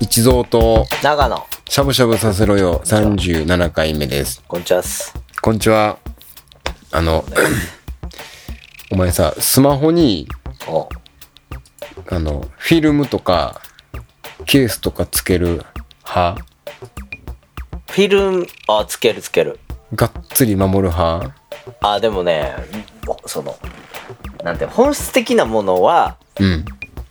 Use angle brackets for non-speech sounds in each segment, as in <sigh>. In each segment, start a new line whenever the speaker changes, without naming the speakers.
地蔵と
長野
しゃぶしゃぶさせろよ37回目です。
こんにちはっす
こんにちは。あの、 <clears throat> お前さ、スマホに、
お
あの、フィルムとか、ケースとかつける派
フィルムあつけるつける
がっつり守る派
あでもねそのなんて本質的なものは
うん。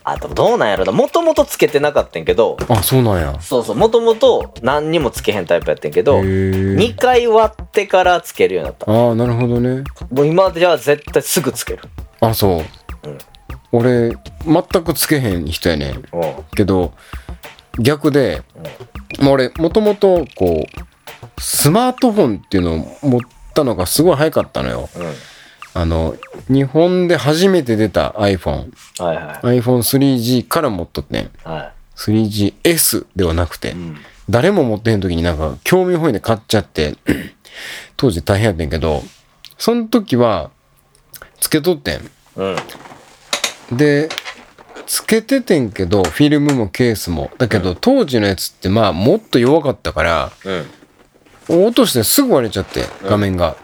あでもどうなんやろなもともとつけてなかったんやけど
あ、そうなんや。
そうそうもともと何にもつけへんタイプやったんやけど
へー
2回割ってからつけるようになった
ああ、なるほどね。
もう今じゃ絶対すぐつける
あ、そう。
うん
俺、全くつけへん人やねん。
うん
けど逆で、まあ俺もともとこうスマートフォンっていうのを持ったのがすごい早かったのよ
うん
あの日本で初めて出た iPhoneiPhone3G
はいは
から持っとってん
いは
3GS ではなくて、
いうん
誰も持ってへん時になんか興味本位で買っちゃって <clears throat> 当時大変やってんけどその時はつけとってん
うん
でつけててんけどフィルムもケースもだけど当時のやつってまあもっと弱かったから
うん
落としてすぐ割れちゃって画面が、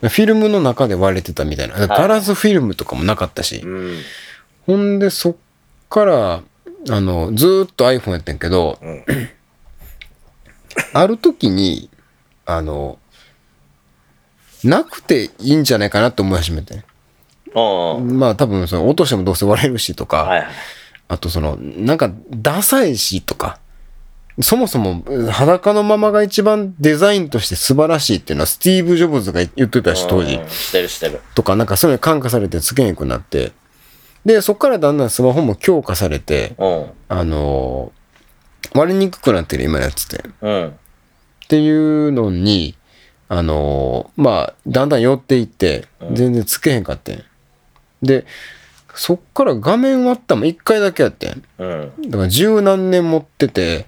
フィルムの中で割れてたみたいなガラスフィルムとかもなかったし、
うん
ほんでそっからあのずーっと iPhone やってんけど、
うん
ある時にあのなくていいんじゃないかなって思い始めて
おうん
まあ多分その落としてもどうせ割れるしとか、
はいはい
あとその、なんか、ダサいしとか、そもそもうん裸のままが一番デザインとして素晴らしいっていうのはスティーブ・ジョブズが言ってたし、当時
うん。してるしてる
とか、なんかそういうのに感化されてつけんくなって。で、そっからだんだんスマホも強化されて、
うん
あのー割れにくくなってる今のやつって。っ
うん
ていうのに、あのーまあ、だんだん寄っていって、全然つけへんかってん。で、そっから画面割ったのも一回だけやってん。
うん
だから十何年持ってて、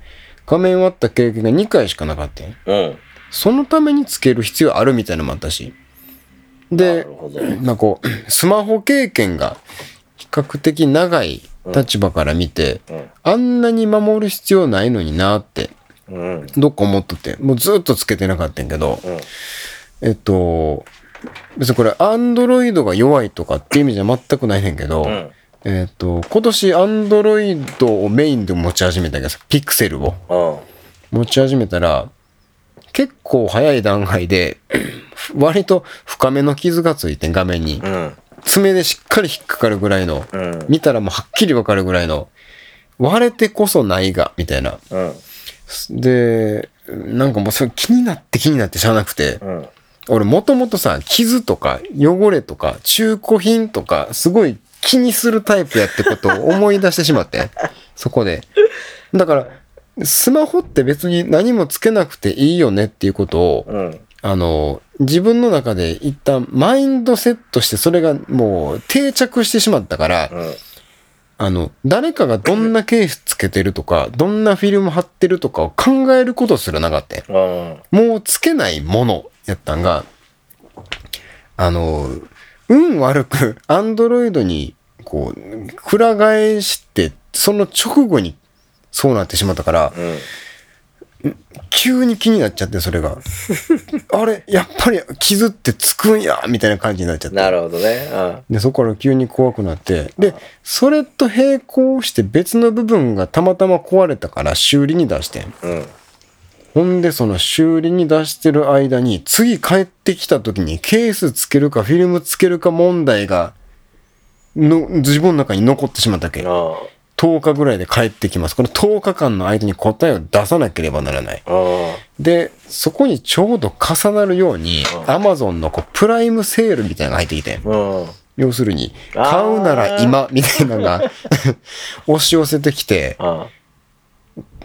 画面割った経験が2回しかなかったん
うん
そのためにつける必要あるみたいなのもあったし。
な
で
る、ほど
なんかこう、 <clears throat> スマホ経験が比較的長い立場から見て、
うん
あんなに守る必要ないのになって、
うん
どっか思っとって、もうずっとつけてなかったんやけど、
うん
えっと、別にこれ、アンドロイドが弱いとかっていう意味じゃ全くないねんけど、
うん
えっと、今年アンドロイドをメインで持ち始めたけどさ、ピクセルを。
うん
持ち始めたら、結構早い段階で、 <clears throat> 割と深めの傷がついてん画面に
う。ん
爪でしっかり引っかかるぐらいの、
うん
見たらもうはっきりわかるぐらいの、割れてこそないが、みたいな。
うん
で、なんかもうそれ気になって気になってしゃあなくて、
うん
俺もともとさ、傷とか汚れとか中古品とか、すごい気にするタイプやってことを思い出してしまって、 <laughs> そこで。だから、スマホって別に何もつけなくていいよねっていうことを、
うん
あの、自分の中で一旦マインドセットしてそれがもう定着してしまったから、
うん
あの、誰かがどんなケースつけてるとか、どんなフィルム貼ってるとかを考えることすらなかったよ
うん
もうつけないものやったんが、あの、運悪く、アンドロイドに、こう、くら替えして、その直後に、そうなってしまったから、
うん
急に気になっちゃって、それ
<laughs>
が。あれ、やっぱり傷ってつくんやみたいな感じになっちゃって。
なるほどねうん
で、そこから急に怖くなって、で、それと並行して別の部分がたまたま壊れたから修理に出してん。
うん
ほんで、その修理に出してる間に、次帰ってきた時にケースつけるかフィルムつけるか問題が、の、自分の中に残ってしまったわけ。
あ
10日ぐらいで帰ってきます。この10日間の間に答えを出さなければならない。
ああ
で、そこにちょうど重なるように、Amazon のこうプライムセールみたいなのが入ってきて、
うん
要するに、
あー
買うなら今、みたいなのが <laughs> 押し寄せてきて、
あ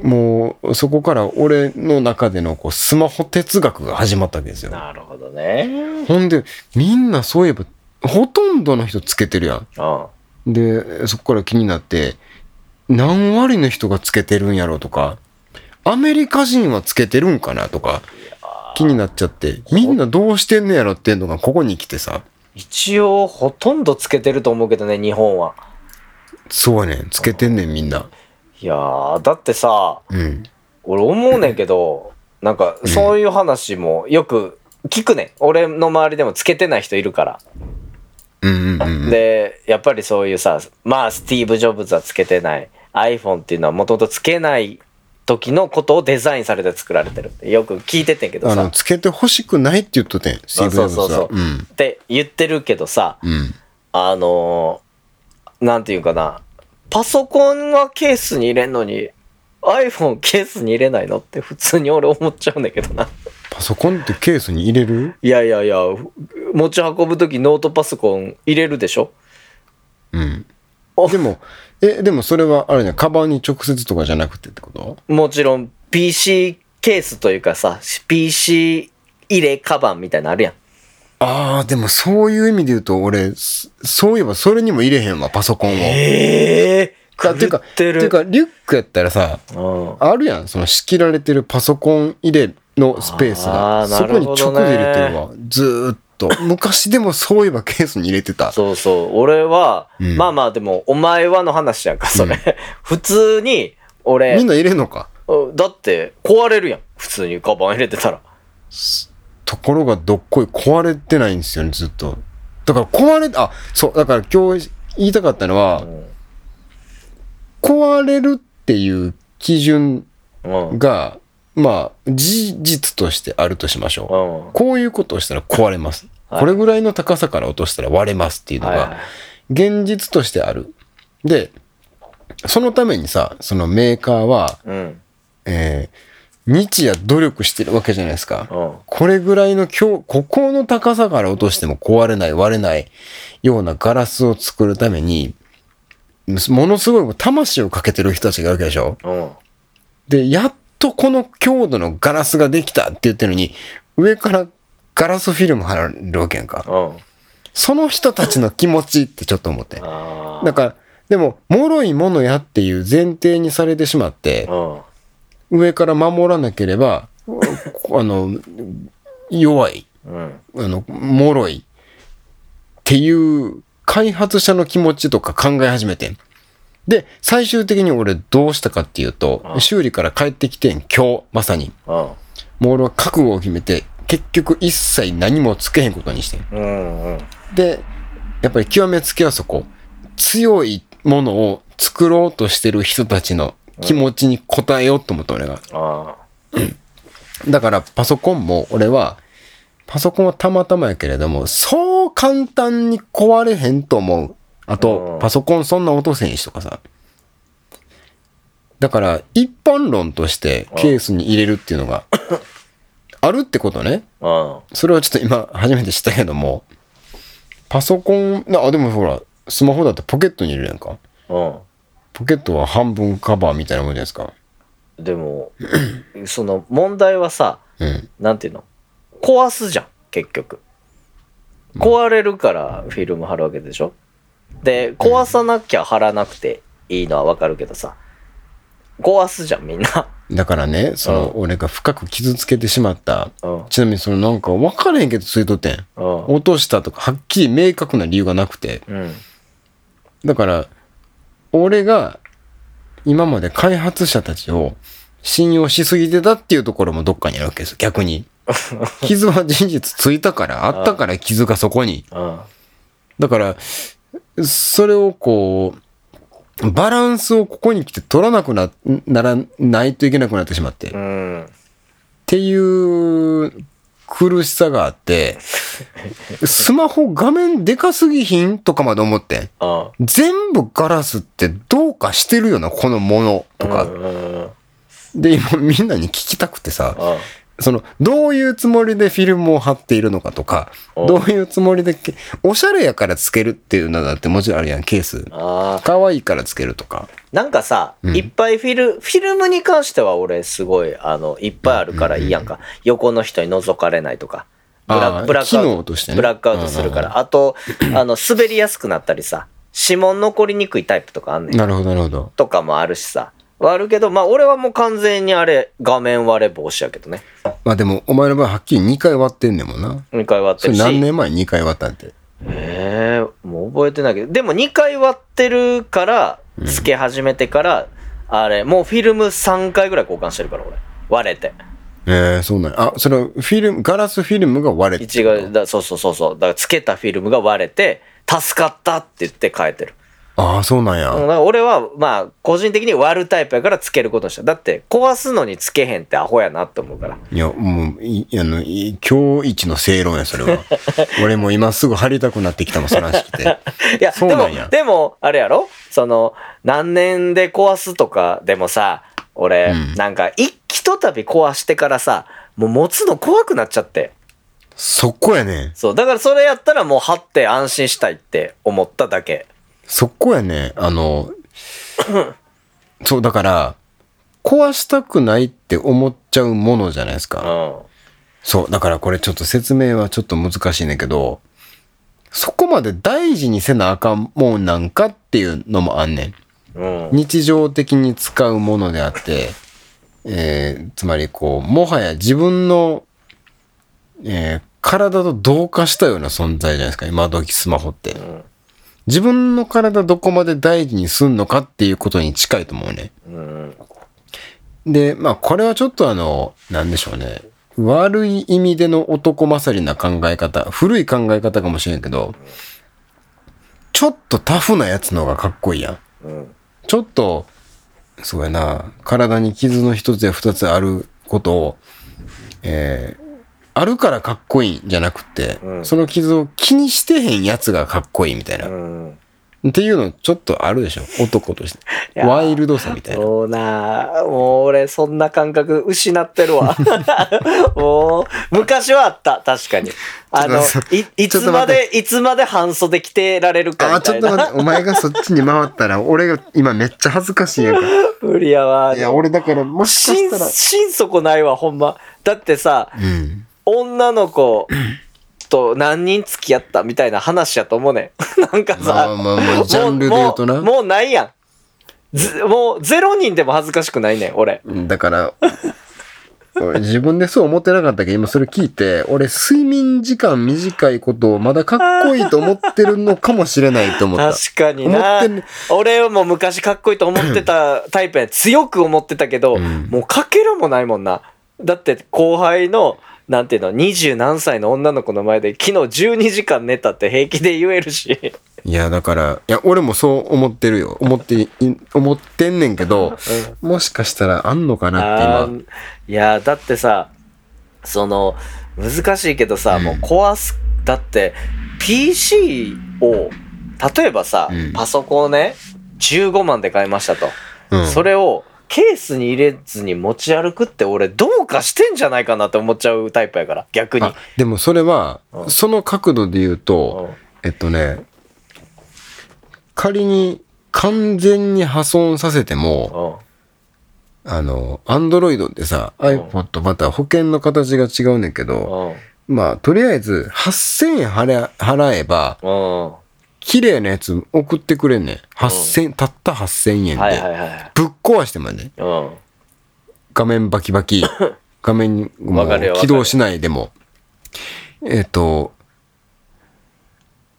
もうそこから俺の中でのこうスマホ哲学が始まったわけですよ。
なるほどね
ほんでみんなそういえばほとんどの人つけてるや
うん
ん。でそこから気になって何割の人がつけてるんやろうとかアメリカ人はつけてるんかなとか気になっちゃってみんなどうしてんのやろっていうのがここに来てさ
一応ほとんどつけてると思うけどね日本は
そうやねんつけてんねんみんな。
いやーだってさ
うん。
俺思うねんけどなんかそういう話もよく聞くねん俺の周りでもつけてない人いるから
うんうんうん。
でやっぱりそういうさまあスティーブ・ジョブズはつけてない iPhone っていうのはもともとつけない時のことをデザインされて作られてるってよく聞いててんけど
あ
さ
の、つけてほしくないって言っとってん、スティーブ・ジョブズは。
そうそうそう
うん。
って言ってるけどさ
うん。
あのーなんていうかなパソコンはケースに入れんのに iPhone ケースに入れないのって普通に俺思っちゃうんだけどな
パソコンってケースに入れる
いやいやいや持ち運ぶ時ノートパソコン入れるでしょ
うん
お。
でも、え、でもそれは、あれね、カバンに直接とかじゃなくてってこと
もちろん PC ケースというかさ PC 入れカバンみたいなのあるやん
ああ、でもそういう意味で言うと、俺、そそういえばそれにも入れへんわ、パソコンを。
ええ
だていう
狂
か、
って
ていう
る
か、リュックやったらさ、
うん
あるやん、その仕切られてるパソコン入れのスペース
あ
が。
ー
そこに
なるほ
直
どね
で入れてるわ。ずーっ
<laughs>
と。昔でもそういえばケースに入れてた。
そうそう俺は、
うん
まあまあでもお前はの話やんかそれ、
うん
<laughs> 普通に俺
みんな入れんのか。
だって壊れるやん普通にカバン入れてたら
ところがどっこい壊れてないんですよね、ずっと。だから壊れ、あ、そう、だから今日言いたかったのは、壊れるっていう基準
うんうん
が、まあ、事実としてあるとしましょう。こういうことをしたら壊れます。
はい
これぐらいの高さから落としたら割れますっていうの
はいはい
が、現実としてある。で、そのためにさ、そのメーカーは、
うん
えー日夜努力してるわけじゃないですか。
うん
これぐらいの今日、ここの高さから落としても壊れない、割れないようなガラスを作るために、ものすごい魂をかけてる人たちがいるわけでしょ
うん
で、やっとこの強度のガラスができたって言ってるのに、上からガラスフィルム貼られるわけやんか。
うん
その人たちの気持ちってちょっと思って。
あ
だから、でも、脆いものやっていう前提にされてしまって
あ、うん
上から守らなければ、 <laughs> あの、弱い。
うん
あの、脆いっていう開発者の気持ちとか考え始めてん。で、最終的に俺どうしたかっていうと
あ、あ
修理から帰ってきてん、今日、まさに。
うん
もう俺は覚悟を決めて、結局一切何もつけへんことにしてん。
うんうん
で、やっぱり極めつけはそこ。強いものを作ろうとしてる人たちの気持ちに応えようと思った俺が。
あ
だからパソコンも俺は、パソコンはたまたまやけれども、そう簡単に壊れへんと思う。あ
う
と
ん、
パソコンそんな落とせへんしとかさ。だから、一般論としてケースに入れるっていうのが、あるってことね。
あうん
それはちょっと今、初めて知ったけども、パソコン、なあ、でもほら、スマホだってポケットに入れるやんか。
うん
ポケットは半分カバーみたいなもんじゃないですか。
でもその問題はさ
うん。
なんていうの壊すじゃん結局壊れるからフィルム貼るわけでしょで壊さなきゃ貼らなくていいのはわかるけどさ壊すじゃんみんな <laughs>
だからね、そうの、俺が深く傷つけてしまった、
うん
ちなみにそのなんか分からへんけどついとってん。
うん
落としたとか、はっきり明確な理由がなくて。
うん
だから、俺が今まで開発者たちを信用しすぎてたっていうところもどっかにあるわけですよ、逆に。傷は事実ついたから、あったから傷がそこに。
うん
だから、それをこう、バランスをここに来て取らなくな、ならないといけなくなってしまって。
うん
っていう苦しさがあって、スマホ画面でかすぎひんとかまで思ってん。
あ
全部ガラスってどうかしてるよな、このものと
う
か。
んうん
で、今みんなに聞きたくてさ、
あ
その、どういうつもりでフィルムを貼っているのかとか、
お
どういうつもりでけ、おしゃれやからつけるっていうのだってもちろんあるやん、ケース。
あー
可愛いからつけるとか。
なんかさ、
うん
いっぱいフィル、フィルムに関しては俺すごい、あの、いっぱいあるからいいやんか。横の人に覗かれないとか。ブ
あ
ラ
ー
ブラックアウ
機能
ト
としてね
ブラックアウトするから。あと、あの、滑りやすくなったりさ、指紋残りにくいタイプとかあんねん。
なるほど、なるほど。
とかもあるしさ。はあるけど、まあ俺はもう完全にあれ、画面割れ防止やけどね。
まあでも、お前の場合はっきり2回割ってんねんもんな。
2回割って
そ
る
れ
し。
何年前に2回割ったんて。
ええもう覚えてないけどでも2回割ってるからつけ始めてから、あれ、もうフィルム3回ぐらい交換してるから、俺。割れて。
えー、そうなんやあ、それフィルム、ガラスフィルムが割れて
一概だそうそうそうそう。だから、つけたフィルムが割れて、助かったって言って変えてる。
ああ、そうなんや。
うんだから俺は、まあ、個人的に割るタイプやからつけることにした。だって、壊すのにつけへんってアホやなって思うから。
いや、もう、いあの、い今日一の正論や、それ <laughs> は。俺も今すぐ貼りたくなってきたもん、そらしくて。
いや、
そう
で
な
も
んや、
でも、あれやろその、何年で壊すとかでもさ、俺、
うん
なんか、一気とたび壊してからさ、もう持つの怖くなっちゃって。
そこやねん。
そう、だからそれやったらもう貼って安心したいって思っただけ。
そこやねん。あ <laughs> の、そう、だから、壊したくないって思っちゃうものじゃないです
う
か。
ん。
そう、だからこれちょっと説明はちょっと難しいねんだけど、そこまで大事にせなあかんもんなんかっていうのもあんねん。
うん。
日常的に使うものであって、えーつまりこう、もはや自分の、えー体と同化したような存在じゃないですか、今時スマホって。
ん
自分の体どこまで大事にすんのかっていうことに近いと思うね。
うん。
で、まあこれはちょっとあの、なんでしょうね。悪い意味での男勝りな考え方、古い考え方かもしれんけど、ちょっとタフなやつの方がかっこいいやん。
うん。
ちょっと、そうやな、体に傷の一つや二つあることを、えーあるからかっこいいんじゃなくて、
うん
その傷を気にしてへんやつがかっこいいみたいな。
うん。
っていうのちょっとあるでしょ男として。
やー
ワイルドさみたいな。
そうなもう俺そんな感覚失ってる
<laughs>
わもう昔はあった確かにあ
<laughs>
の
ちょっと待っ
いい
ちょ
つ
っと
ま
待っ
でいつまで半袖着てられるか
あ、
み
ち
た
ょっ
い
と
な
待って、お前がそっちに回ったら、俺が今めっちゃ恥ずかしいやんか。 <laughs> い
無理やわ
や、俺だから、もしかし
心
たら。
心底ないわほんまだってさ
うん。
女の子と何人付き合ったみたいな話やと思うねん <laughs> なんか
まあ
さ
まあまあ、ジャンルで言うと
も
な
う。もうもうないやんずもう0人でも恥ずかしくないねん俺
だから、俺自分でそう思ってなかったけど、今それ聞いて、俺睡眠時間短いことをまだかっこいいと思ってるのかもしれないと思った。
確かにな
思ってんね
俺も昔かっこいいと思ってたタイプや強く思ってたけど、
うん
もうかけらもないもんなだって後輩のなんていうの二十何歳の女の子の前で昨日12時間寝たって平気で言えるし、
いや、だから、いや、俺もそう思ってるよ。思ってい、思ってんねんけど、もしかしたらあんのかな
あ
って
ーいやだってさその難しいけどさ、
うん
もう壊すだって PC を例えばさ、
うん
パソコンをね15万で買いましたと。
今。うん、
それをケースに入れずに持ち歩くって俺どうかしてんじゃないかなって思っちゃうタイプやから逆に
あ。でもそれは
う、ん
その角度で言うと、えっとね、仮に完全に破損させても、あの、アンドロイドってさ、
ん
iPhone とまた保険の形が違うねんけど、まあ、とりあえず、8000円払え払えば、綺麗なやつ送ってくれんねん。8000、たった8000円
はいは
で。
いはい。
ぶっ壊してもね、
う
画面バキバ
<laughs>
キ、画面にも
わかるよ
う起動しないでも。えっと、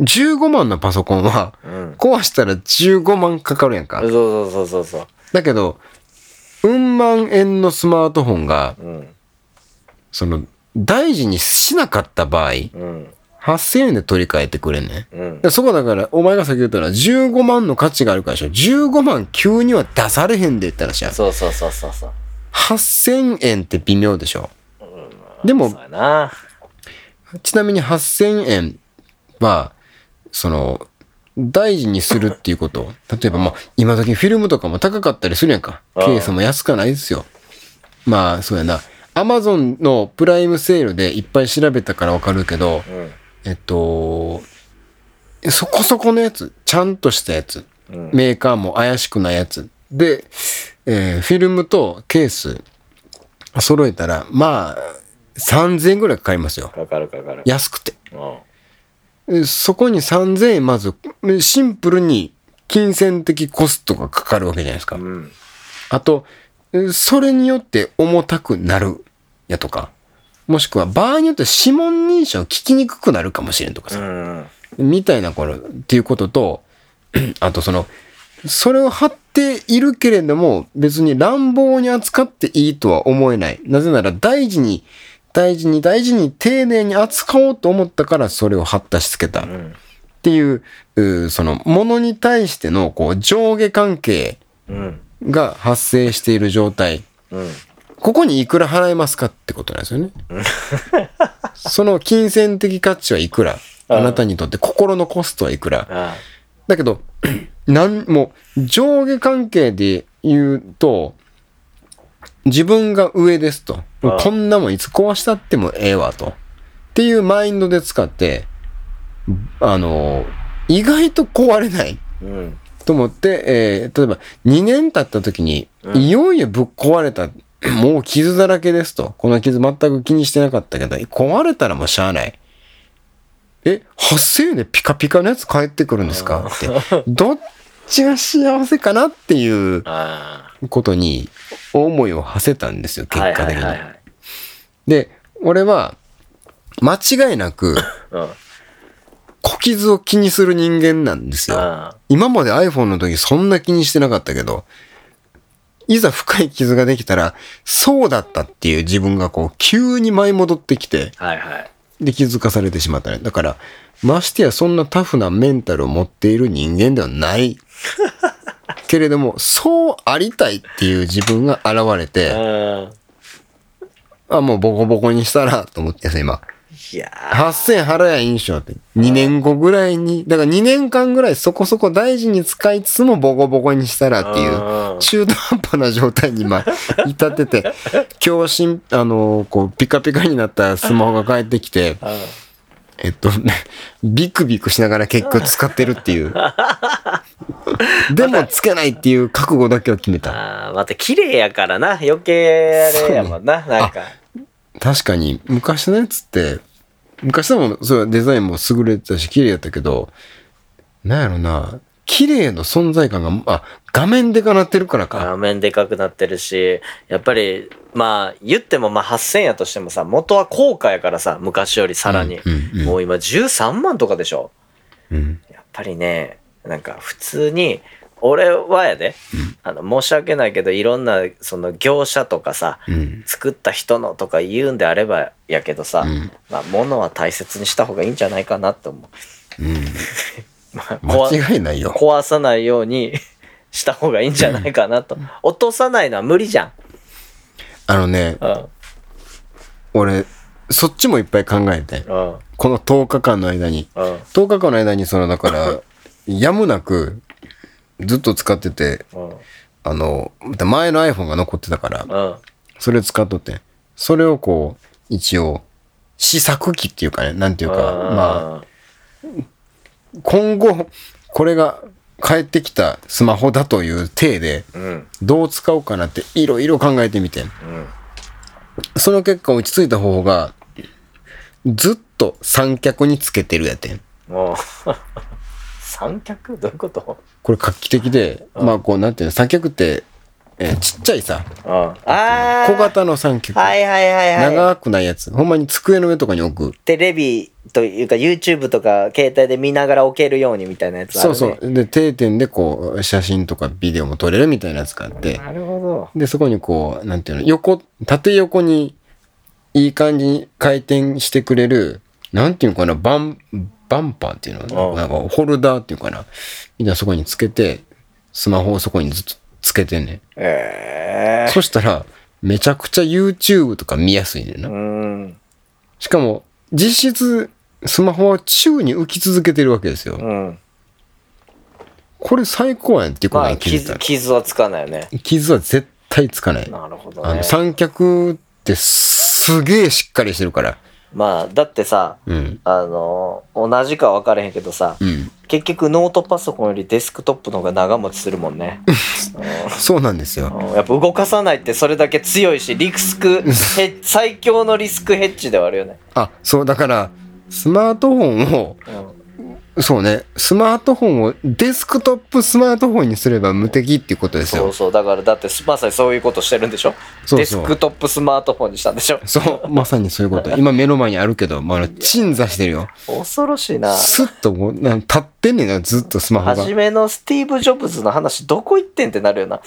15万のパソコンは、
ん。うん。
壊したら15万かかるやんか
そう。そうそうそうそ
だけど、うん万円のスマートフォンが、
う。うん。
その、大事にしなかった場合、
うん。
8000円で取り替えてくれんね。
うん。
でそこだから、お前が先言ったら、15万の価値があるからでしょ。15万急には出されへんでって話やん。
そうそうそうそうそう。
8000円って微妙でしょ。で
そう
も、
やな。
ちなみに8000円は、その、大事にするっていうこと。例えば、まあ、今時フィルムとかも高かったりするやんか。
ああ
ケースも安かないですよ。まあ、そうやな。アマゾンのプライムセールでいっぱい調べたからわかるけど、
うん。
えっと、そこそこのやつ、ちゃんとしたやつ、
うん。
メーカーも怪しくないやつ。で、えーフィルムとケース揃えたら、まあ、3000円ぐらいかかりますよ。
かかるかかる。
安くて。
うん。
えそこに3000円まず、シンプルに金銭的コストがかかるわけじゃないですか
う。ん。
あと、えそれによって重たくなるやとか、もしくは場合によって指紋認証聞きにくくなるかもしれんとかさ
う。ん。
<clears throat> みたいなこれっていうことと、あとその、それを貼っているけれども、別に乱暴に扱っていいとは思えない。なぜなら大事に、大事に大事に丁寧に扱おうと思ったからそれを貼ったしつけた。っ
ん
ていう、うーその、ものに対しての、こう、上下関係
うん
が発生している状態。
うん
ここにいくら払えますかってことなんですよ
<laughs>
ね。その金銭的価値はいくら
うん
あなたにとって心のコストはいくら
あ
だけど、 <clears throat> なんもう上下関係で言うと、自分が上ですと。
うん
こんなもんいつ壊したってもええわと。っていうマインドで使って、あの、意外と壊れない
うん
と思って、えー例えば2年経った時に、
うん
いよいよぶっ壊れた、もう傷だらけですと。この傷全く気にしてなかったけど、壊れたらもうしゃあない。え、8000円でピカピカのやつ返ってくるんですかって。どっちが幸せかなっていう
あ
ことに思いを馳せたんですよ、
あ
結果的に。
はいはいはい
で、俺は、間違いな
<laughs>
く、
はい、うん
小傷を気にする人間なんですよ。
あ
今まで iPhone の時そんな気にしてなかったけど、いざ深い傷ができたら、そうだったっていう自分がこう、急に舞い戻ってきて、
あはいはい
で気づかされてしまったね。だから、ましてやそんなタフなメンタルを持っている人間ではない。けれども、そうありたいっていう自分が現れて、
うん
あ、もうボコボコにしたら、と思ってさ、今。
いやー
8000払え印象って。2年後ぐらいに、だから2年間ぐらいそこそこ大事に使いつつもボコボコにしたらっていう。
うん
中途半端な状態に
<laughs>
今至ってて今日しんあのこうピカピカになったスマホが返ってきて
うん
えっとビクビクしながら結局使ってるっていう
<laughs>
でもつけないっていう覚悟だけは決めた
ああ、また綺麗やからな。余計あれやもんな。なんか。
確かに昔のやつって昔のもそれはデザインも優れてたし綺麗やったけどなんやろな綺麗の存在感があ画面でかなってるからか
画面でかくなってるし、やっぱり、まあ、言ってもまあ8000やとしてもさ、元は高価やからさ、昔よりさらに。
うんうん
もう今13万とかでしょ。
うん
やっぱりね、なんか普通に、俺はやで、あの、申し訳ないけど、いろんな、その業者とかさ、
うん
作った人のとか言うんであればやけどさ、
うん
まあ、物は大切にした方がいいんじゃないかなって思う。
うん
まあ、怖
間違いないよ
<laughs> 壊さないように <laughs> した方がいいんじゃないかなと。落とさないのは無理じゃん。
あのね、
うん。
俺、そっちもいっぱい考えて。
うん。
この10日間の間に。
うん。
10日間の間に、その、だから、やむなく、ずっと使ってて、
うん。
あの、また前の iPhone が残ってたから、
うん。
それ使っとって。それをこう、一応、試作機っていうかね、なんていうか、まあ、今後、これが帰ってきたスマホだという体で、
あ。うん。
どう使おうかなって、いろいろ考えてみて。
うん。
その結果落ち着いた方法が、ずっと三脚につけてるやてん。
もう、 <laughs> 三脚どういうこと
これ画期的で、
うん
まあこうなんていうの、三脚って、えーちっちゃいさ、
うん。ああ。
小。型の三脚。
はいはいはいはい。
長くないやつ。ほんまに机の上とかに置く。
テレビというか YouTube とか携帯で見ながら置けるようにみたいなやつある、
そう
ね。
そう。で、定点でこう、写真とかビデオも撮れるみたいなやつがあって、
なるほ
で、そこにこう、なんていうの、横、縦横に、いい感じに回転してくれる、なんていうのかな、バン、バンパーっていう
う
の
ん
なんか、ホルダーっていうかな。みんなそこにつけて、スマホをそこにずっとつけてんね
ど。え
ん。
え
そしたら、めちゃくちゃ YouTube とか見やすいねん
う
な。
ん。
しかも、実質、スマホは宙に浮き続けてるわけですよ。
うん。
これ最高やんっていうこと
まあ、
に気づいた
傷、傷はつかないよね。
の。傷は絶対つかない。
なるほど
あ
ね
の、。三脚ってすげえしっかりしてるから。
まあ、だってさ、
うん。
あの同じか分からへんけどさ、
うん。
結局ノートパソコンよりデスクトップの方が長持ちするもんね
そうなんです
う
よ。
んうんやっぱ動かさないってそれだけ強いしリスクヘッ最強のリスクヘッジではあるよね、
あ、そう、だから、スマートフォンを
うん
そうね。スマートフォンをデスクトップスマートフォンにすれば無敵っていうことです
そう
よ。
そうだからだってまさにそういうことしてるんでしょ
そう
デ
そ
ス
う
クトップスマートフォンにしたんでしょ
そう、まさにそういうこと。今目の前にあるけど、まああの、鎮座してるよ。
恐ろしいな
スッともう、なん立ってんねんな、ずっとスマホが
初。めのスティーブ・ジョブズの話どこ行ってんってなるよな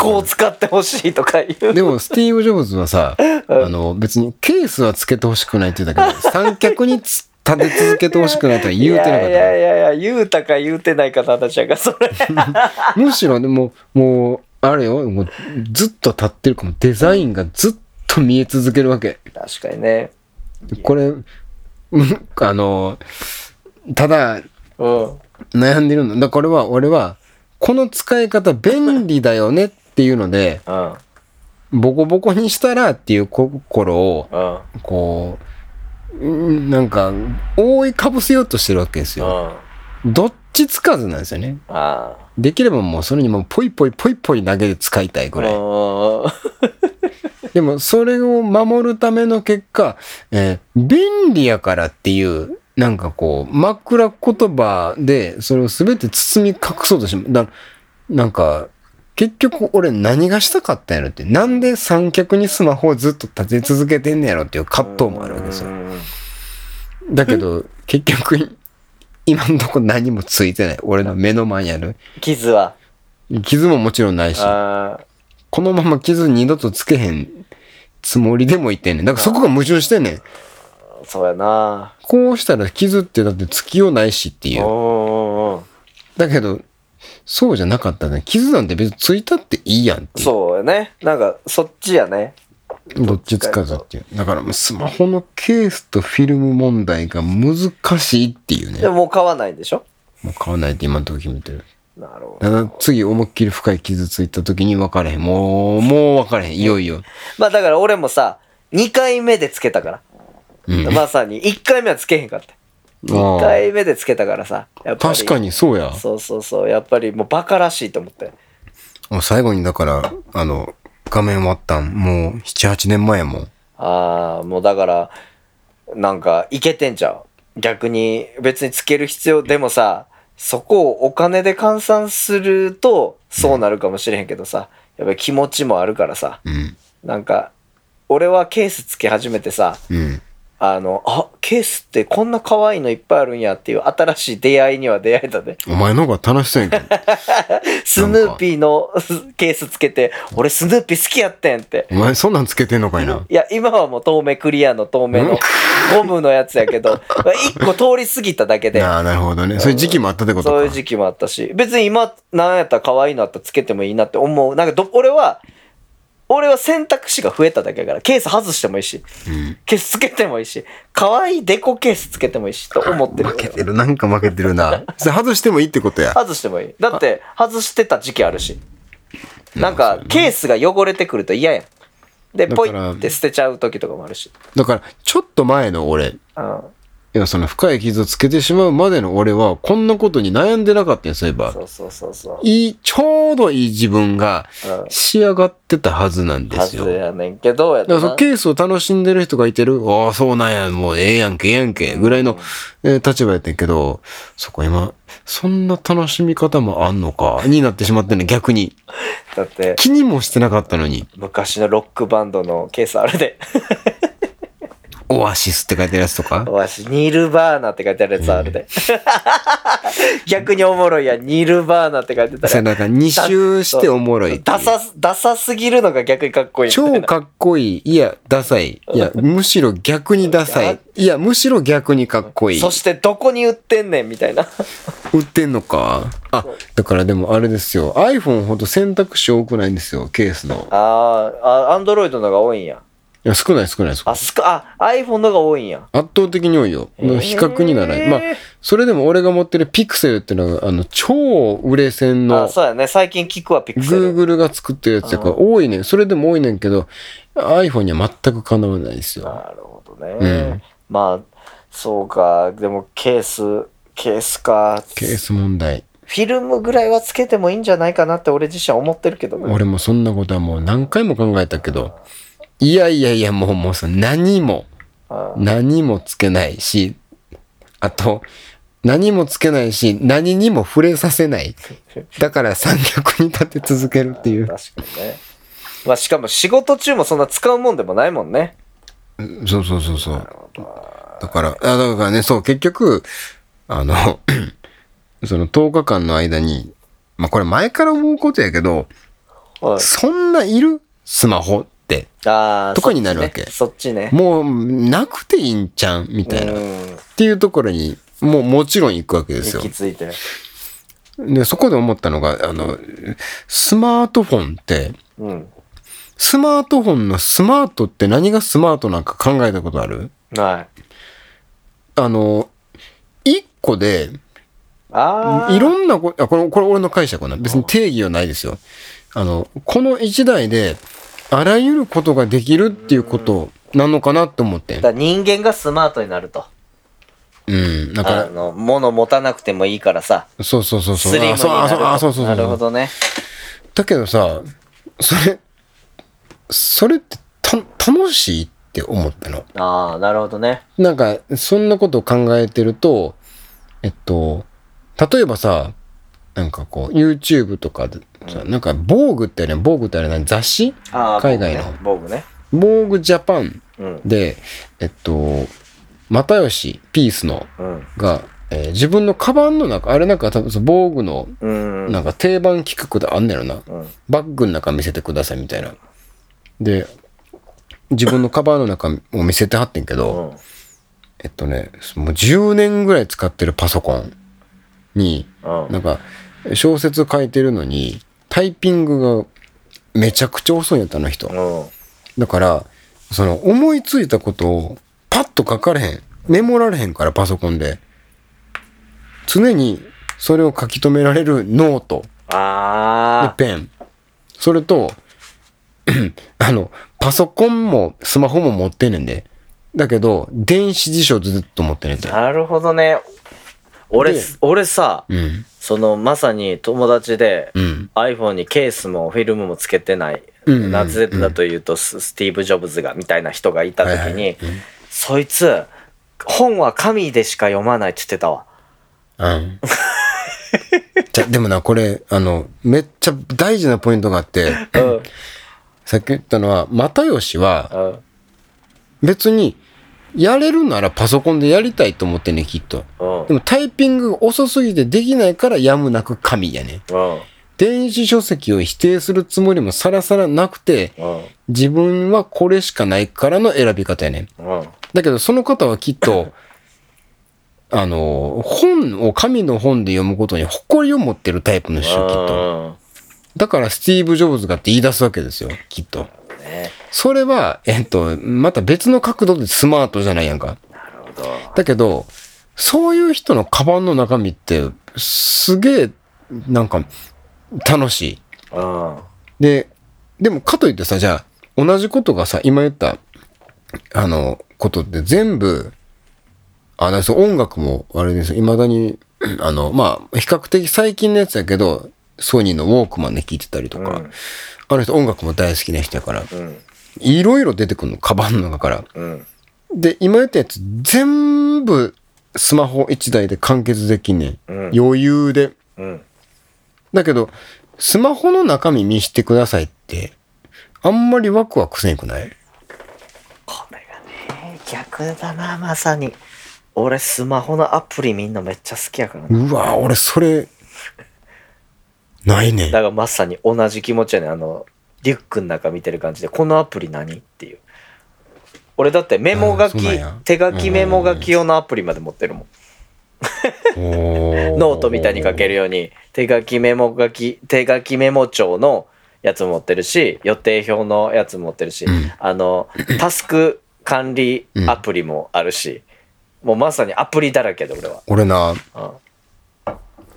こう使ってほしいとか言う
でも、スティーブ・ジョブズは
<laughs>
さ、あの、別にケースはつけてほしくないって言ったけど、三脚につ立て続けてほしくないとは言うてなかった
い
から
やいやいやいや言うたか言うてないかの話やからそれ
むしろでももうあれよもうずっと立ってるかもデザインがずっと見え続けるわけ
確かにね
これうんあのただ
うん
悩んでるのだこれは俺はこの使い方便利だよねっていうので
うん
ボコボコにしたらっていう心を
うん
こううんなんか覆いかぶせようとしてるわけです
うん
よ
あ
どっちつかずなんですよね
あ
できればもうそれにもうポイポイポイポイ投げて使いたいぐらい
うん
でも、それを守るための結果、えー便利やからっていう、なんかこう、枕言葉で、それを全て包み隠そうとしても、だなんか、結局俺何がしたかったんやろって、なんで三脚にスマホをずっと立て続けてんねやろっていう葛藤もあるわけですよ。だけど、結局、今んとこ何もついてない。俺の目の前にある。
傷は
傷ももちろんないし。
あ
このまま傷二度とつけへんつもりでもいてんねん。だからそこが矛盾してんねん。
ーそうやな
こうしたら傷ってだってつきようないしって
う
い
ん
う。
うんうん
だけど、そうじゃなかったね。傷なんて別についたっていいやんっていう。
そうやねなんかそっちやね
どっちつかずっていう。だからもうスマホのケースとフィルム問題が難しいっていうね
で。ももう買わないんでしょ
もう買わないって今のとこ決めてる。
なるほど
ただ次思いっきり深い傷ついた時に分かれへん。もう、もう分かれへん。いよいよ。
まあだから俺もさ2回目でつけたから
うん。
まさに1回目はつけへんかった
ああ
2回目でつけたからさやっぱり
確かにそうや。
そうそうそうやっぱりもうバカらしいと思って
もう最後にだから、あの、画面割ったん、もう7、8年前やもん。
ああもうだからなんかいけてんちゃう逆に別につける必要でもさそこをお金で換算するとそうなるかもしれへんけどさやっぱり気持ちもあるからさ
うん。
なんか俺はケースつけ始めてさ
うん。
あのあケースってこんな可愛いのいっぱいあるんやっていう新しい出会いには出会えたで
お前の方が楽しそうやんけど。
スヌーピーのケースつけて俺スヌーピー好きやってんって
お前そんなんつけてんのかいな。
いや、今はもう透明クリアの透明のゴムのやつや
<laughs>
けど、一個通り過ぎただけで、
ああ、なるほどね。そういう時期もあったってことか。
そういう時期もあったし、別に今、なんやったら可愛いのあったらつけてもいいなって思う。なんかど、俺は、俺は選択肢が増えただけやから、ケース外してもいいし、
うん
ケースつけてもいいし、可愛いデコケースつけてもいいし、と思ってる
負。けてる。なんか負けてるな。それ外してもいいってことや。
外してもいい。だって、外してた時期あるし。なんか、ケースが汚れてくると嫌やん。で、
だ
ポ
か
イ
ら
って捨てちゃう時とかもあるし。
だから、ちょっと前の俺、
うん。
いやその深い傷をつけてしまうまでの俺は、こんなことに悩んでなかったよ、そういえば
そ。うそうそうそう。
いい、ちょうどいい自分が
うん
仕上がってたはずなんで
は
す
ず
よ。
やねんけど、やっ
だからそ
な
のケースを楽しんでる人がいてる、ああ、そうなんや、もうええやんけ、ええやんけ、ぐらいの、えー立場やったんやけど、そこ今、そんな楽しみ方もあんのか、になってしまってんね、逆に。
だって、
気にもしてなかったのに、
昔のロックバンドのケースある <laughs> で。
オアシスって書いてるやつとか、
わし、ニルバーナって書いてあるやつある <laughs> で。逆におもろいやん、ニルバーナって書いてた
さ、
ら。
なんか2周しておもろいってい
ダ
う。
サす、ダサすぎるのが逆にかっこいいみたいな。
超かっこいい。いや、ダサい。いや、むしろ逆にダサい。いや、むしろ逆にかっこいい
そ。して、どこに売ってんねんみたいな。 <laughs>
売ってんのか。あ、だからでもあれですよ。iPhone ほど選択肢多くないんですよ、ケースの。
あーあ、アンドロイドのが多いんや。
いや、少ない少ない少ない
あ、すか、あ、iPhone のが多いんや。
圧倒的に多いよ。
ー
比較にならない。まあ、それでも俺が持ってるピクセルっていうのは、あの、超売れ線
あ、
の、
そうやね。最近聞くわ、ピクセル。
Google が作ってるやつだから多いねん。それでも多いねんけど、iPhone には全くかなわないですよ。
なるほどね。
うん
まあ、そうか。でも、ケース、ケースか。
ケース問題。
フィルムぐらいはつけてもいいんじゃないかなって俺自身は思ってるけどね。
俺もそんなことはもう何回も考えたけど、いやいやいや、もうもうさ、何も、
うん
何もつけないし、あと、何もつけないし、何にも触れさせない。だから三脚に立て続けるっていう。
確かにね。まあしかも仕事中もそんな使うもんでもないもんね。
そうそうそうそう。だから、あだからね、そう、結局、あの、 <clears throat> その10日間の間に、まあこれ前から思うことやけど、
はい
そんないるスマホって。
ああ、
とかになるわけ
そっちね。そっ
もう、なくていいんちゃんみた
ち
いな。
ね
っ
うん。
ていうところに、もうもちろん行くわけです
行
よ
き。着いてる。
で、そこで思ったのが、あの、スマートフォンって、
うん。
スマートフォンのスマートって何がスマートなんか考えたことある
はい。
あの、一個で、
ああ。
いろんなこあこれ、これ俺の解釈な。別に定義はないですよ。あの、この一台で、あらゆることができるっていうことなのかなと思ってん
だ。から人間がスマートになると。
うん。だ
あ
か
の、物持たなくてもいいからさ。
ら、そうそうそうそう。
スリムに
あそうあ、
なる
そう、
と。
あ、そうそうそう。
なるほどね。
だけどさ、それ、それってた楽しいって思ったの。
ああ、なるほどね。
なんか、そんなことを考えてると、えっと、例えばさ、なんかこう、YouTube とかでさ、なんか、防具ってあれ、防具ってあれ何雑誌
ああ、
海外の
防具ね。
防具ジャパン
防具ね
で、えっと、又吉ピースの
うん。
が、えー自分のカバンの中、あれなんか多分その防具の、
うん。うん。
なんか定番企画であんねやろな。
うん。
バッグの中見せてくださいみたいな。で、自分のカバンの中を見せてはってんけど、
うん。
えっとね、もう10年ぐらい使ってるパソコンに、
うん
なんか、小説書いてるのに、タイピングがめちゃくちゃ遅いんやったの人。
うん。
だから、その思いついたことをパッと書かれへん。メモられへんからパソコンで。常にそれを書き留められるノート。で
あ、
ペン。それと、 <clears throat> あの、パソコンもスマホも持ってんねんで。だけど、電子辞書ずっと持ってんねんて
あ、。なるほどね。俺
で、
俺さ、
うん。
そのまさに友達で
う、ん。
iPhone にケースもフィルムもつけてない、
うんうんうん
なぜだというとススティーブ・ジョブズがみたいな人がいた時に、
はいはいうん
そいつ本は紙でしか読まないって言ってたわ
うん。じゃ、でもな、これ、あの、めっちゃ大事なポイントがあって、
うん
さっき言ったのは、又吉は
うん
別に、やれるならパソコンでやりたいと思ってんねん、きっと。
うん
でもタイピングが遅すぎてできないからやむなく紙やねん。
うん
電子書籍を否定するつもりもさらさらなくて、
うん
自分はこれしかないからの選び方やねん。
うん
だけど、その方はきっと、あの、本を、神の本で読むことに誇りを持ってるタイプの人、きっと。だから、スティーブ・ジョブズがって言い出すわけですよ、きっと。
うんね
それは、えっと、また別の角度でスマートじゃないやんか。
なるほど
だけど、そういう人のカバンの中身って、すげえ、なんか、楽しい。
うん
で、でもかといってさ、じゃあ、同じことがさ、今言った、あの、ことって全部、あ、だからそう音楽もあれですよ。未だに、あの、まあ、比較的最近のやつやけど、ソニーのウォークマンで聴いてたりとか、
うん
あの人音楽も大好きな人やから、
うん
いろいろ出てくるの、カバンの中から。
うん
で、今言ったやつ、全部、スマホ1台で完結できんねん。
うん
余裕で。
うん
だけど、スマホの中身見してくださいって、あんまりワクワクせんくない
これがね逆だなまさに俺スマホのアプリみんなめっちゃ好きやからな
うわ俺それ、ないねん。
だからまさに同じ気持ちやねんあのリュックの中見てる感じでこのアプリ何っていう俺だってメモ書
うんそ
き
うなんや
手書きメモ書き用のアプリまで持ってるもんノ
ノ
ートみたいに書け
る。
るように手書きメモ書き手書きメモ帳のやつも持ってるし予定表のやつも持ってるし、
うん
あのタスク管理アプリもあるし、もうまさにアプリだらけで俺は、
俺な、
うん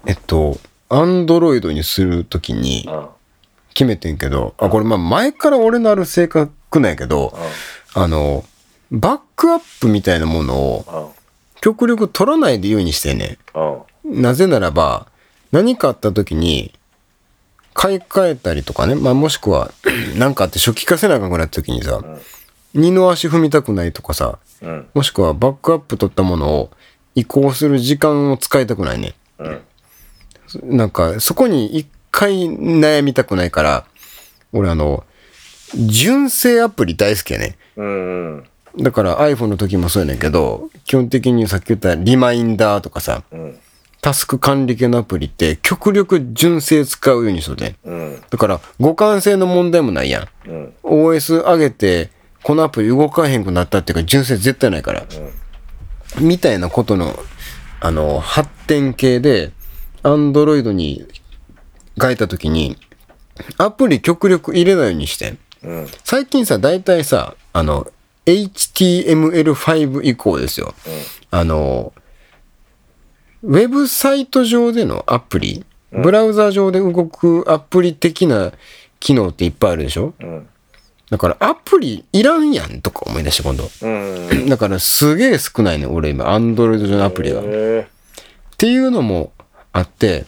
えっと、アンドロイドにするときに
うん
決めてんけど、あ、これまあ前から俺のある性格なんやけど、あの、バックアップみたいなものを極力取らないで言うにしてんねん。
うんうん
なぜならば、何かあった時に、買い替えたりとかね、まあ、もしくは、何かあって初期化せなあかんくなった時にさ、二の足踏みたくないとかさ、
うん
もしくはバックアップ取ったものを、移行する時間を使いたくないね。
うん。
なんか、そこに一回悩みたくないから、俺あの、純正アプリ大好きやね。
うんうん。
だから iPhone の時もそうやねんけど、基本的にさっき言ったリマインダーとかさ、
うん。
タスク管理系のアプリって極力純正使うようにしとって。
うん。
だから互換性の問題もないやん。
うん。
OS 上げて、このアプリ動かへんくなったっていうか純正絶対ないから。みたいなことの、あの、発展系で、Android に書いた時に、アプリ極力入れないようにして。
うん。
最近さ、大体さ、あの、HTML5 以降ですよ。あの、ウェブサイト上でのアプリ、ブラウザ上で動くアプリ的な機能っていっぱいあるでしょ
うん。
だからアプリいらんやんとか思い出して今度。
うん。
だからすげえ少ないね、俺今、Android 上のアプリが。
へ
っていうのもあって、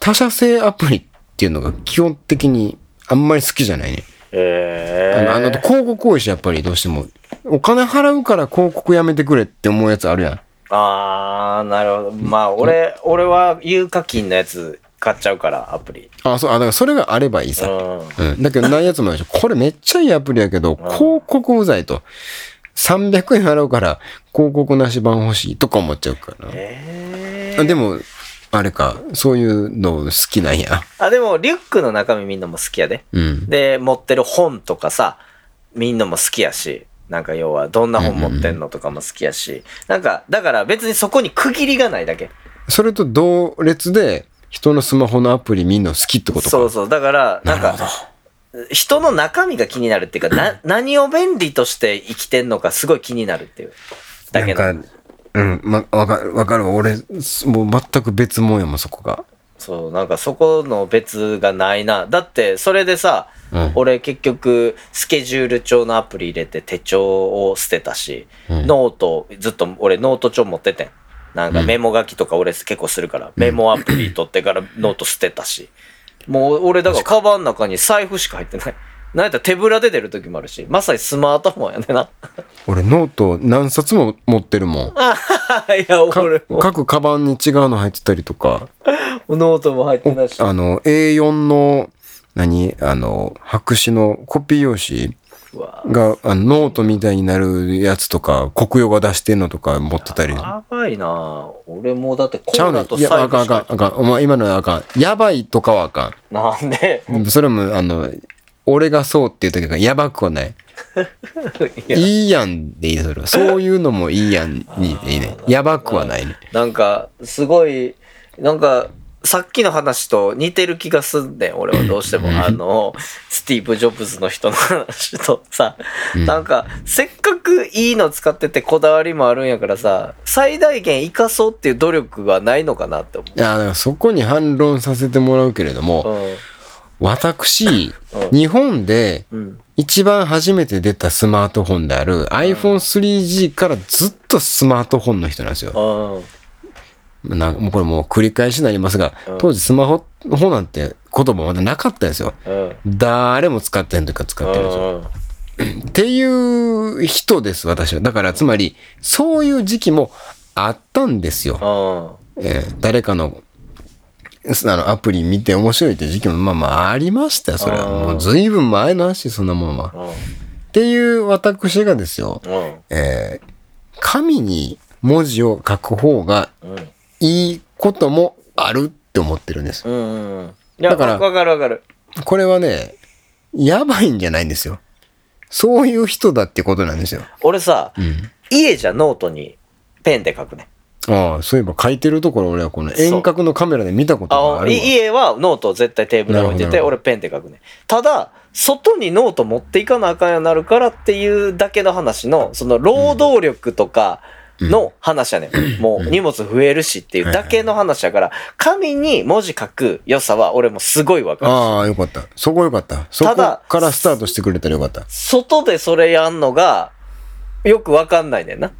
他社製アプリっていうのが基本的にあんまり好きじゃないね。
え。へ
あ
え。
の、あの広告多いし、やっぱりどうしても。お金払うから広告やめてくれって思うやつあるやん。
あー、なるほど。まあ、俺、俺は有課金のやつ買っちゃうから、アプリ。
あ、そう、あ、だからそれがあればいいさ。
う
うん。だけどないやつもあるでしょ。これめっちゃいいアプリやけど、広告うざいと。300円払うから広告なし版欲しいとか思っちゃうから
ん。
な。
へ
あ
え。
でも、あれか、そういうの好きなんや。
あ、でも、リュックの中身みんなも好きやで。
うん。
で、持ってる本とかさ、みんなも好きやし、なんか要はどんな本持ってんのとかも好きやし、なんか、だから別にそこに区切りがないだけ。
それと同列で、人のスマホのアプリみんな好きってことか。
そうそう。だから、なんか、人の中身が気になるっていうか、な、何を便利として生きてんのかすごい気になるっていう。だけど、
なんか、うん、ま、わかる、わかるわ。俺、すもう全く別もんやもん、そこが。
そう、なんかそこの別がないな。だって、それでさ、
うん
俺結局、スケジュール帳のアプリ入れて手帳を捨てたし、
うん
ノート、ずっと俺ノート帳持っててん。なんかメモ書きとか俺結構するから、メモアプリ取ってからノート捨てたし。もう俺だからカバンの中に財布しか入ってない。なんやったら手ぶらで出る時もあるし、まさにスマートフォンやねんな。 <laughs>
俺、ノート何冊も持ってるもん。
いや、
か
俺、
各カバンに違うの入ってたりとか、
ノートも入ってないし。
あの、A4 の、何あの、白紙のコピー用紙
うわ
が、あのノートみたいになるやつとか、黒用が出してんのとか持ってたり。
やばいな俺もうだってコ
ちゃ
ー
うね
ラ
ん
と
いや、
財
あ
布
かん
し
あか
か
ん、あかん。お前、今のはあかん。やばいとかはあかん。
なんで
それも、あの、俺がそうっていう時がやばくはない。
いや
いいやんでいいそれは。そういうのもいいやんにでいいね。やばくはないね。
なんか、すごい、なんか、さっきの話と似てる気がすんねん、俺はどうしても。あの、スティーブ・ジョブズの人の話とさ、なんか、せっかくいいの使っててこだわりもあるんやからさ、最大限生かそうっていう努力はないのかなって思
いや、だからそこに反論させてもらうけれども、
う。
私、日本で
うん。うん。
一番初めて出たスマートフォンである iPhone3G からずっとスマートフォンの人なんですよ。
うん。
なんかもうこれもう繰り返しになりますが
うん、
当時スマホなんて言葉まだなかったんですよ。
うん。
誰も使ってんというか使ってるんですよ。っていう人です、私は。だから、つまり、そういう時期もあったんですよ。
うん。
えー誰かの、すあの、アプリ見て面白いって時期も、まあまあ、ありましたよ、それは。
あー
もう、ずいぶん前の話、そんなものは。
うん。
っていう私がですよ、
うん。
えー紙に文字を書く方が
うん。
いいこともあるって思ってるんです。
うんうん。いや、
だから
わかるわかる。
これはね、やばいんじゃないんですよ。そういう人だってことなんですよ。
俺さ、
うん。
家じゃノートにペンで書くね。
ああ、そういえば書いてるところ俺はこの遠隔のカメラで見たことが
あ
あるわ。
い家はノートを絶対テーブルに置いて
なる
て、
ほど
俺ペンで書くね。ただ、外にノート持っていかなあかんようになるからっていうだけの話の、その労働力とかの話やね、ん。もう荷物増えるしっていうだけの話やから、紙に文字書く良さは俺もすごいわかる。
ああ、よかった。そこよかった。そこ
ただ
からスタートしてくれたらよかった。
外でそれやんのが、よくわかんないねんな。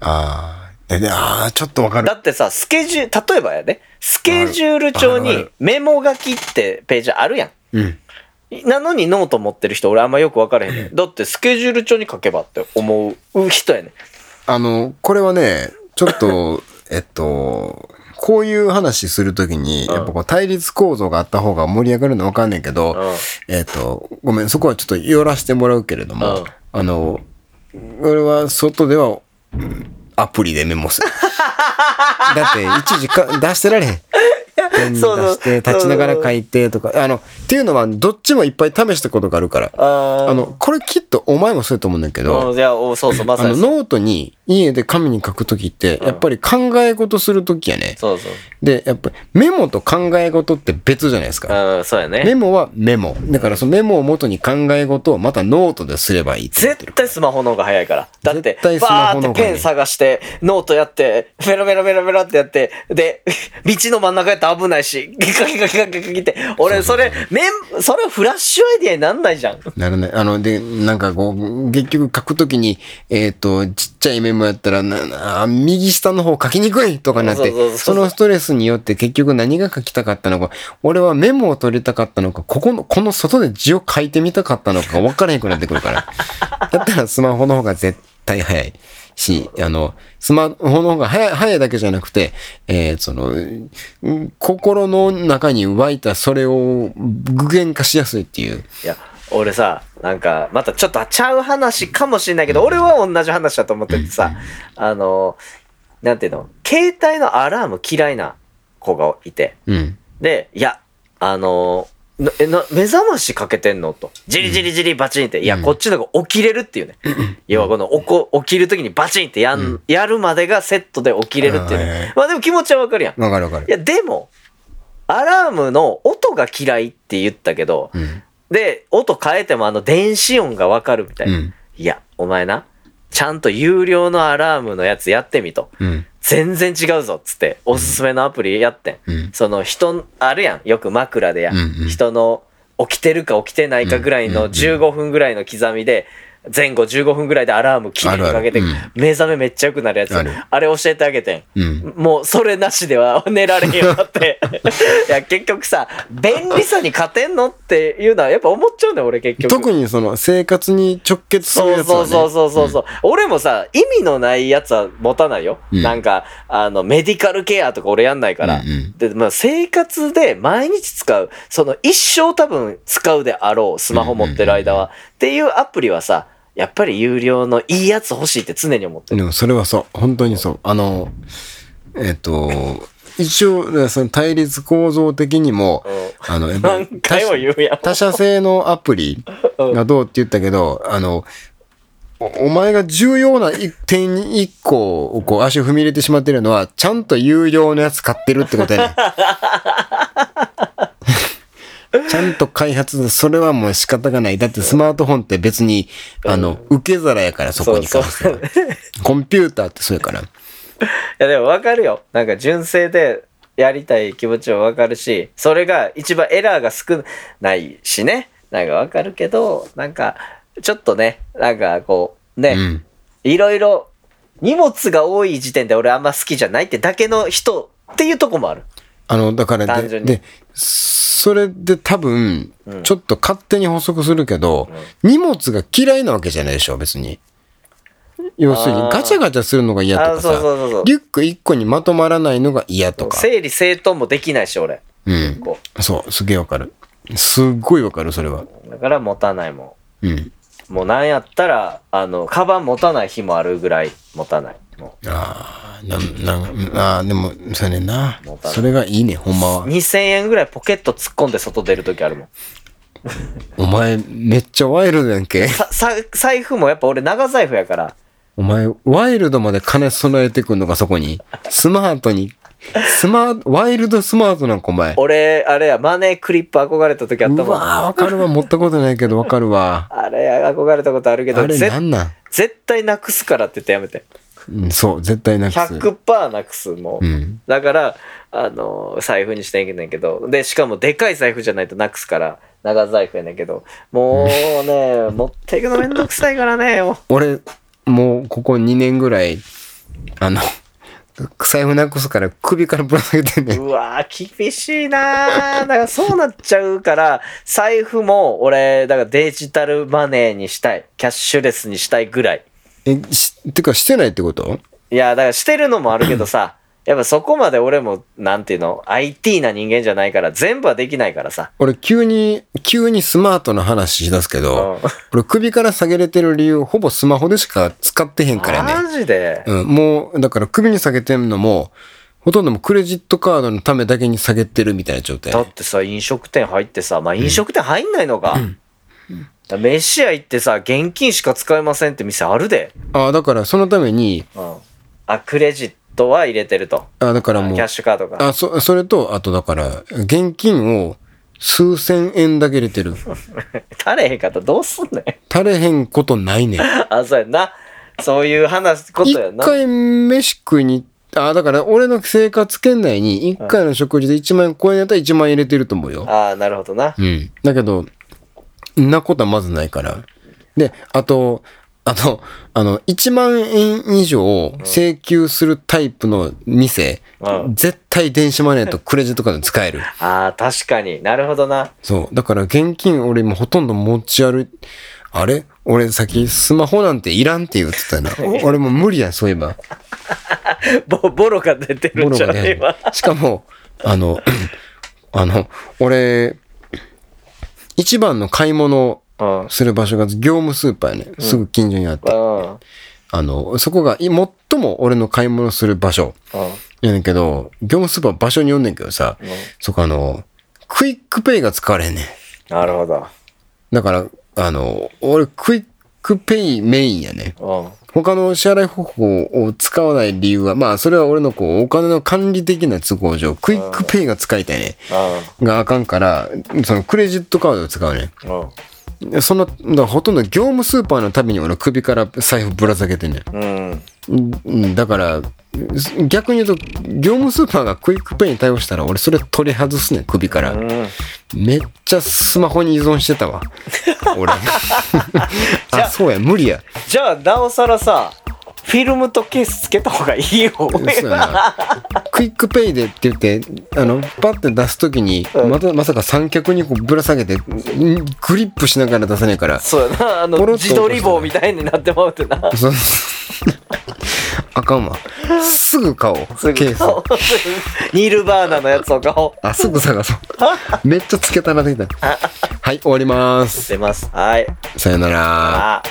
ああ、えでああ、ちょっとわかる
だ。ってさ、スケジュール、例えばやね、スケジュール帳
わかるわ
に
か
メモ書きってページあるやん。
うん。
なのにノート持ってる人俺あんまよく分からへんねん。だってスケジュール帳に書けばって思う人やねん。
あの、これはね、ちょっと、 <laughs> えっと、こういう話するときに、
うん
やっぱこう対立構造があった方が盛り上がるのわかんねんけど、
う
えっと、ごめん、そこはちょっと寄らせてもらうけれども、
うん
あの、俺は外では、うんアプリでメモ
<laughs>
する。だって、一時か出してられへん。ペンに出
そうそう
して、立ちながら書いてとか、あの、っていうのは、どっちもいっぱい試したことがあるから、
あ
あの、これきっとお前もそうやと思うんだけど、
うんじゃあおそうそうま
あ
さ
の、
にそう
ノートに家で紙に書くときって、
ん
やっぱり考え事するときやね。
そうそう
で、やっぱりメモと考え事って別じゃないですか。
うんそうやね
メモはメモ。だからそのメモを元に考え事をまたノートですればいいって言って
絶
る。
対スマホの方が早いから。だって
絶対、スマ
バ
ホ
ー
の方
っ
が早い
てペン探して、ノートやって、メラメラメラメラってやって、で、 <laughs> 道の真ん中やったら危ないし、ギカギカギカギカギカって、俺、それ、メン、それフラッシュアイディアになんないじゃん。
なるね。あの、で、なんかこう、結局書くときに、えっ、と、ちっちゃいメモやったら、ななあ右下の方書きにくいとかなって
そうそうそう、
そのストレスによって結局何が書きたかったのか、俺はメモを取りたかったのか、ここの、この外で字を書いてみたかったのか分からへんくなってくる
<laughs>
から。だったらスマホの方が絶対早い。し、あの、スマホの方が早い、早いだけじゃなくて、えーその、うん心の中に湧いたそれを具現化しやすいっていう。
いや、俺さ、なんか、またちょっとちゃう話かもしれないけど、俺は同じ話だと思っててさ、あの、なんていうの、携帯のアラーム嫌いな子がいて、
うん。
で、いや、あのーなえな、目覚ましかけてんのと。じりじりじりバチンって。いや、
うん
こっちの方が起きれるっていうね。要はこの、おこ、起きるときにバチンってやん、
うん
やるまでがセットで起きれるってい
はい
う
はいはい。
ねまあでも気持ちはわかるやん。い
わかるわかる。
や、でも、アラームの音が嫌いって言ったけど、
うん。
で、音変えてもあの電子音がわかるみたいうな。
ん。
いや、お前な、ちゃんと有料のアラームのやつやってみと。
うん。
全然違うぞっつって、おすすめのアプリやってん。
うん。
その人、あるやん。よく枕でや、
うんうん
人の起きてるか起きてないかぐらい
うんうん
の
うん
15分ぐらいの刻みで、前後15分ぐらいでアラーム切りにかけて
あるある、
目覚めめっちゃ良くなるやつ。
ある
あれ教えてあげてん。
うん。
もうそれなしでは寝られへんようにな
<laughs>
って。いや、結局さ、便利さに勝てんのっていうのはやっぱ思っちゃうんだよ、俺結局。
特にその生活に直結する
そう
やつは
そ
ね。
うそうそうそうそう、俺もさ意味のないやつは持たないよ、
うん
なんかあのメディカルケアとか俺やんないから、
うんうん
でまあ、生活で毎日使うその一生多分使うであろうスマホ持ってる間は、っていうアプリはさやっぱり有料のいいやつ欲しいって常に思ってる
でもそれはそう。本当にそう。あの、えっ、と、一応、その対立構造的にも、あの、やっぱ
何回も言うやん
他社製のアプリがどうって言ったけど、あの、おお前が重要な一点に一個をこう足を踏み入れてしまってるのは、ちゃんと有料のやつ買ってるってことや
<laughs>
ね。ちゃんと開発、それはもう仕方がない。だってスマートフォンって別に、あの、受け皿やからそこに関しては
そう。
コンピューターってそうやから。
いやでも分かるよなんか純正でやりたい気持ちも分かるしそれが一番エラーが少ないしねなんか分かるけどなんかちょっとねなんかこうね、
うん。
いろいろ荷物が多い時点で俺あんま好きじゃないってだけの人っていうとこもある
あの、だから
単
で、
純に
で、それで多分
うん、
ちょっと勝手に補足するけど、荷物が嫌いなわけじゃないでしょ、別に。要するに
あ、ー
ガチャガチャするのが嫌と
あ
か
そうそ
さ、
うそうそう
リュック1個にまとまらないのが嫌とか。
整理整頓もできないし俺
うん。
こ
そう、すげえわかる。すっごいわかる、それは。
うだから持たないも
うん。
んもうなんやったらあのカバン持たない日もあるぐらい持たないも
ああ、なん、なん、ああ、でも、それねんな
持。たない
それがいいね、ほんま
う
は。
2000円ぐらいポケット突っ込んで外出る時あるもん
お前、めっちゃワイルドやんけ。
ささ財布もやっぱ俺長財布やから
お前、ワイルドまで金備えてくんのか、そこに。スマートに。スマート、ワイルドスマートなんか、お前。
俺あれやマネークリップ憧れた時あっ
う
た
わ
もん
ーわかるわ。持ったことないけど、わかるわ。
あれや憧れたことあるけ
あ
ど
れ、
ぜ
なんなん
絶対なくすからって言ってやめて
うんそう、絶対なくす。
100%なくすもう、
うん。
だからあの財布にしてんねんけどでしかもでかい財布じゃないとなくすから長財布やねんけどもう
<laughs>
ね持っていくのめんどくさいからねも
俺、もう、ここ2年ぐらい、あの、財布なくすから首からぶら下げてん
う
ねん。
うわー厳しいなーだからそうなっちゃうから財布も俺だからデジタルマネーにしたいキャッシュレスにしたいぐらい
え、し、てか、してないってこと
いや、だからしてるのもあるけ
<laughs>
どさ、やっぱそこまで俺も、なんていうの、IT な人間じゃないから、全部はできないからさ。
俺急に、急にスマートな話しだすけ
う
ど、
ん、
俺首から下げれてる理由、ほぼスマホでしか使ってへんからね。
マジで、
うん、もう、だから首に下げてんのも、ほとんどもうクレジットカードのためだけに下げてるみたいな状態。
だってさ、飲食店入ってさ、まあ飲食店入んないのか。だから飯屋行ってさ、現金しか使えませんって店あるで。
ああ、だからそのために、
うん。あ、クレジットは入れてると。
ああ、だから
あ
もう
キャッ、シュカードが。
あ、そ、それと、あとだから、現金を数千円だけ入れてる。
足れへんかったらどうすんねん。 <laughs>
足れへんことないねん。
あ、そうやんな。そういう話、ことやん
一
な。
回飯食いに、ああ、だから俺の生活圏内に一回の食事で1万円超えやったら1万円入れてると思うよ。
ああ、なるほどな。
うん。だけど、んなことはまずないから。で、あと、あと、あの、1万円以上請求するタイプの店、
うん
絶対電子マネーとクレジットカード使える。
ああ、確かになるほどな。
そう。だから現金俺もほとんど持ち歩い、あれ俺さっきスマホなんていらんって言って
<laughs>
たな。お俺もう無理や、そういえば。
ボボロが出てるんじゃない
ボロが
今。
ねしかも、あの、あの、俺、一番の買い物
うん。うん。
する場所が業務スーパーやね。すぐ近所にあって。
うん。
あの、そこがい最も俺の買い物する場所。やねんけど、業務スーパー場所によんねんけどさ、そこあの、クイックペイが使われへんねん。
なるほど。
だから、あの、俺クイックペイメインやね。
うん。
他の支払い方法を使わない理由は、まあそれは俺のこう、お金の管理的な都合上、クイックペイが使いたいね。があかんから、そのクレジットカードを使うね。
うん。うん。
その、だからほとんど業務スーパーのために俺首から財布ぶら下げてんねん。
うん。
うんだから逆に言うと業務スーパーがクイックペイに対応したら俺それ取り外すねん首から、
うん。
めっちゃスマホに依存してたわ
<laughs>
俺あそうや無理や
じゃあ、なおさらさ、フィルムとケースつけた方がいいよ。
そうやなクイックペイでって言ってあのパッて出す時に
うん
またまさか三脚にこうぶら下げてんグリップしながら出せないから
そうやな。あ
ポ
の、
ロッと
自撮り棒みたいになってまうて
<laughs>
な。
そうあかんわすぐ買おう
すぐ
ケース
顔ニルバーナのやつを顔
あすぐ探そう <laughs> めっちゃつけたらできたはい終わります
出ます。はい。
さよなら。
あ。